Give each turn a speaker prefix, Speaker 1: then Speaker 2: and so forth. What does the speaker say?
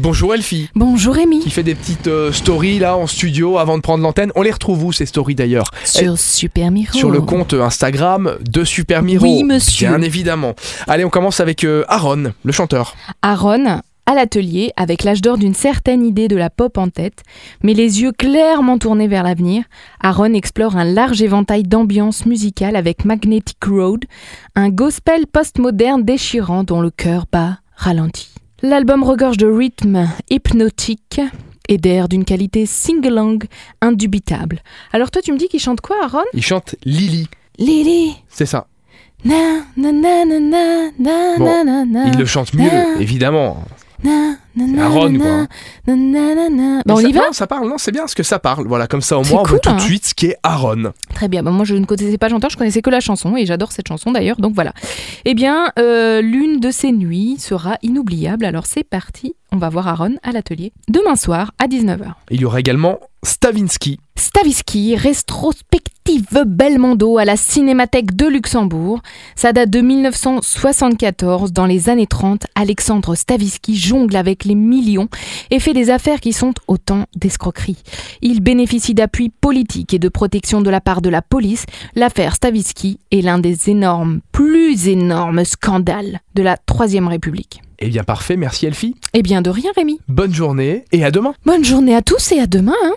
Speaker 1: Bonjour Elfie,
Speaker 2: Bonjour Rémi
Speaker 1: qui fait des petites euh, stories là en studio avant de prendre l'antenne. On les retrouve où ces stories d'ailleurs
Speaker 2: sur Super Miro.
Speaker 1: Euh, Sur le compte Instagram de Super Miro.
Speaker 2: Oh. Oui, monsieur.
Speaker 1: Bien évidemment. Allez, on commence avec euh, Aaron, le chanteur.
Speaker 2: Aaron à l'atelier avec l'âge d'or d'une certaine idée de la pop en tête, mais les yeux clairement tournés vers l'avenir, Aaron explore un large éventail d'ambiances musicales avec Magnetic Road, un gospel postmoderne déchirant dont le cœur bat ralenti. L'album regorge de rythmes hypnotiques et d'air d'une qualité single-langue indubitable. Alors toi tu me dis qu'il chante quoi Aaron
Speaker 1: Il chante Lily,
Speaker 2: Lily
Speaker 1: c'est ça.
Speaker 2: Na, na, na, na, na, na,
Speaker 1: Bon,
Speaker 2: na, na,
Speaker 1: Il le chante mieux,
Speaker 2: Ah.
Speaker 1: évidemment.
Speaker 2: na, na, na,
Speaker 1: Aaron,
Speaker 2: na,
Speaker 1: quoi.
Speaker 2: na, na, na, na. Bah,
Speaker 1: Mais
Speaker 2: on
Speaker 1: ça,
Speaker 2: y va
Speaker 1: non, ça parle, non, c'est bien ce que ça parle. Voilà, comme ça au
Speaker 2: C'est
Speaker 1: moins on
Speaker 2: cool,
Speaker 1: voit tout de
Speaker 2: hein.
Speaker 1: suite ce qu'est Aaron.
Speaker 2: Très bien. Bah, moi, je ne connaissais pas le chanteur, je connaissais que la chanson et j'adore cette chanson d'ailleurs. Donc voilà. Eh bien, euh, l'une de ces nuits sera inoubliable. Alors c'est parti. On va voir Aaron à l'atelier demain soir à 19h.
Speaker 1: Il y aura également Stavinsky.
Speaker 2: Stavisky, rétrospective Belmondo à la Cinémathèque de Luxembourg. Ça date de 1974. Dans les années 30, Alexandre Stavisky jongle avec les millions et fait des affaires qui sont autant d'escroqueries. Il bénéficie d'appuis politiques et de protection de la part de la police. L'affaire Stavisky est l'un des énormes, plus énormes scandales de la Troisième République.
Speaker 1: Eh bien parfait, merci Elfie.
Speaker 2: Eh bien, de rien, Rémi.
Speaker 1: Bonne journée et à demain.
Speaker 2: Bonne journée à tous et à demain. hein.